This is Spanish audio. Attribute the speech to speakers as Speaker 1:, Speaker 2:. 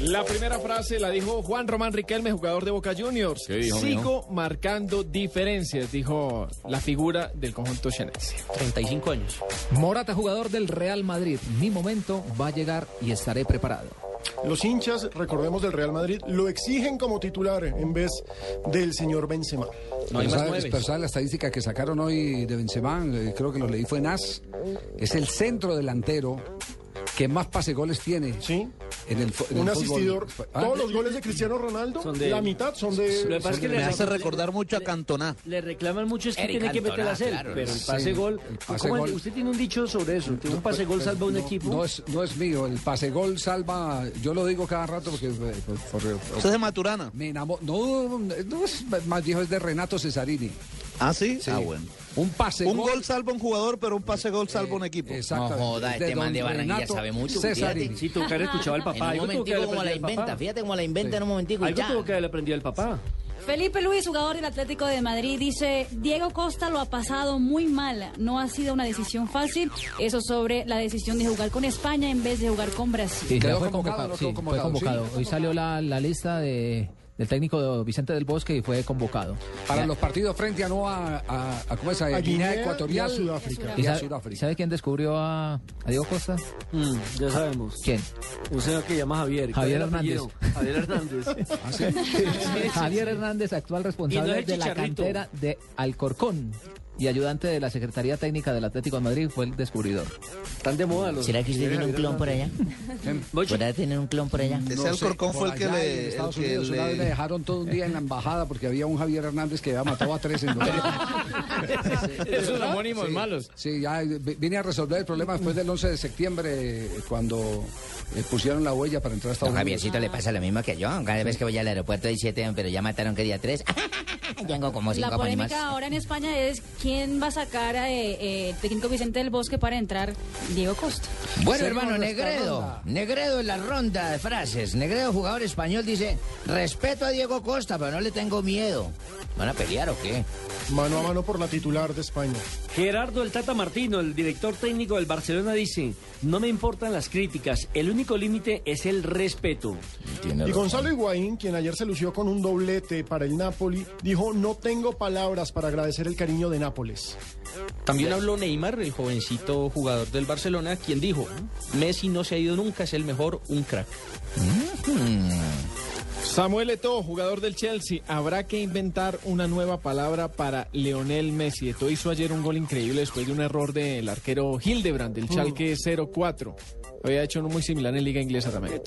Speaker 1: La primera frase la dijo Juan Román Riquelme, jugador de Boca Juniors.
Speaker 2: ¿Qué dijo,
Speaker 1: Sigo marcando diferencias, dijo la figura del conjunto chenense.
Speaker 3: 35 años.
Speaker 4: Morata, jugador del Real Madrid. Mi momento va a llegar y estaré preparado.
Speaker 5: Los hinchas, recordemos del Real Madrid, lo exigen como titular en vez del señor Benzema.
Speaker 3: No hay
Speaker 6: Pero
Speaker 3: más
Speaker 6: sabe-
Speaker 3: nueves.
Speaker 6: pero sabe la estadística que sacaron hoy de Benzema, Eh, creo que los leí fue Nas, es el centro delantero que más pase goles tiene
Speaker 5: Sí.
Speaker 6: en el, fu- en el
Speaker 5: Un
Speaker 6: fútbol.
Speaker 5: asistidor.
Speaker 6: Ah,
Speaker 5: Todos los goles de Cristiano Ronaldo,
Speaker 7: Son de-
Speaker 5: la mitad son
Speaker 7: Lo que
Speaker 5: de.
Speaker 7: pasa es que le,
Speaker 8: Me hace
Speaker 7: reclaman-
Speaker 8: recordar mucho a Cantona.
Speaker 7: le reclaman mucho es que
Speaker 3: Eric
Speaker 7: tiene que
Speaker 3: Cantona,
Speaker 7: meter a hacer,
Speaker 3: claro.
Speaker 7: pero el pase gol,
Speaker 6: el pase
Speaker 7: ¿cómo es?
Speaker 6: gol.
Speaker 7: usted tiene un dicho sobre eso, que un pase gol salva a un
Speaker 6: no,
Speaker 7: equipo.
Speaker 6: No es, no es mío, el pase gol salva, yo lo digo cada rato porque eh, por- por-
Speaker 8: Usted es de Maturana.
Speaker 6: me enamoro. No, no es más viejo, es de Renato Cesarini.
Speaker 8: ¿Ah, sí?
Speaker 6: Sí.
Speaker 8: Ah, bueno.
Speaker 6: Un pase
Speaker 8: Un
Speaker 6: gol.
Speaker 8: gol salva un jugador, pero un pase gol salva un equipo.
Speaker 6: Exacto.
Speaker 3: No joda, este man de Barranquilla sabe mucho,
Speaker 6: Cesarini.
Speaker 7: Si tu cara escuchaba al
Speaker 3: En
Speaker 7: papá,
Speaker 3: un
Speaker 7: algo tuvo que
Speaker 3: momentico
Speaker 7: haberle
Speaker 3: como la
Speaker 7: aprendido al
Speaker 3: inventa,
Speaker 7: papá.
Speaker 3: fíjate como la inventa en un momentico y
Speaker 7: Algo
Speaker 3: ya.
Speaker 7: tuvo que haberle aprendido al papá.
Speaker 9: Felipe Luis, jugador del Atlético de Madrid, dice, Diego Costa lo ha pasado muy mal, no ha sido una decisión fácil, eso sobre la decisión de jugar con España en vez de jugar con Brasil.
Speaker 4: Sí,
Speaker 6: ¿Quedó
Speaker 4: ya fue
Speaker 6: convocado,
Speaker 4: convocado.
Speaker 6: no
Speaker 4: sí,
Speaker 6: quedó
Speaker 4: fue
Speaker 6: convocado, sí.
Speaker 4: convocado. Hoy salió la, la lista de, del técnico de Vicente del Bosque y fue convocado.
Speaker 6: Para los partidos frente a no a, a, a- ¿cómo es? A
Speaker 5: A
Speaker 6: Guinea
Speaker 5: Guinea
Speaker 6: Ecuatorial
Speaker 5: y a Sudáfrica.
Speaker 6: y
Speaker 4: ¿Y
Speaker 6: a
Speaker 4: sabe,
Speaker 6: Sudáfrica.
Speaker 4: sabe quién descubrió a, a Diego Costa?
Speaker 7: Mm, ya sabemos.
Speaker 4: ¿Quién?
Speaker 7: Un señor que llama Javier. ¿cuál
Speaker 4: Javier
Speaker 7: es el
Speaker 4: Hernández.
Speaker 7: apellido? Javier Hernández.
Speaker 6: Ah,
Speaker 4: Javier Hernández, actual
Speaker 7: Y no es
Speaker 4: responsable
Speaker 7: el
Speaker 4: de la
Speaker 7: chicharrito.
Speaker 4: cantera de Alcorcón y ayudante de la Secretaría Técnica del Atlético de Madrid, fue el descubridor.
Speaker 7: Están de moda los...
Speaker 3: ¿Será que usted tiene un clon por allá?
Speaker 7: Bocho,
Speaker 3: ¿Podrá tener un clon por allá?
Speaker 8: Ese
Speaker 6: No sé,
Speaker 8: Alcorcón
Speaker 6: por
Speaker 8: fue el que
Speaker 6: allá
Speaker 8: le.
Speaker 6: en
Speaker 8: el
Speaker 6: Estados
Speaker 8: que
Speaker 6: Unidos una
Speaker 8: le-
Speaker 6: vez le dejaron todo un día en la embajada porque había un Javier Hernández que había matado a tres en dos.
Speaker 1: Esos homónimos malos.
Speaker 6: Sí, ya eh, vi- vine a resolver el problema después del 11 de septiembre eh, cuando eh, pusieron la huella para entrar a
Speaker 3: Don
Speaker 6: Estados Unidos.
Speaker 3: Javiercito le pasa lo mismo que yo. Cada vez que voy al aeropuerto hay siete, pero ya mataron que día tres. Tengo como
Speaker 9: La
Speaker 3: cinco
Speaker 9: polémica
Speaker 3: animales.
Speaker 9: ahora en España es quién va a sacar a eh, eh, el técnico Vicente del Bosque para entrar Diego Costa.
Speaker 3: Bueno,
Speaker 6: Seguimos
Speaker 3: hermano,
Speaker 6: nuestra
Speaker 3: Negredo.
Speaker 6: ronda.
Speaker 3: Negredo en la ronda de frases. Negredo, jugador español, dice: Respeto a Diego Costa, pero no le tengo miedo. ¿Van a pelear o qué?
Speaker 5: Mano a mano por la titular de España.
Speaker 7: Gerardo el Tata Martino, el director técnico del Barcelona, dice, no me importan las críticas, el único límite es el respeto.
Speaker 5: Y Gonzalo Higuaín, quien ayer se lució con un doblete para el Napoli, dijo: No tengo palabras para agradecer el cariño de Nápoles.
Speaker 10: También habló Neymar, el jovencito jugador del Barcelona, quien dijo, Messi no se ha ido nunca, es el mejor, un crack.
Speaker 1: Samuel Eto'o, jugador del Chelsea, habrá que inventar una nueva palabra para Leonel Messi. Eto'o hizo ayer un gol increíble después de un error del arquero Hildebrand, del Chalque 04. Había hecho uno muy similar en Liga Inglesa también.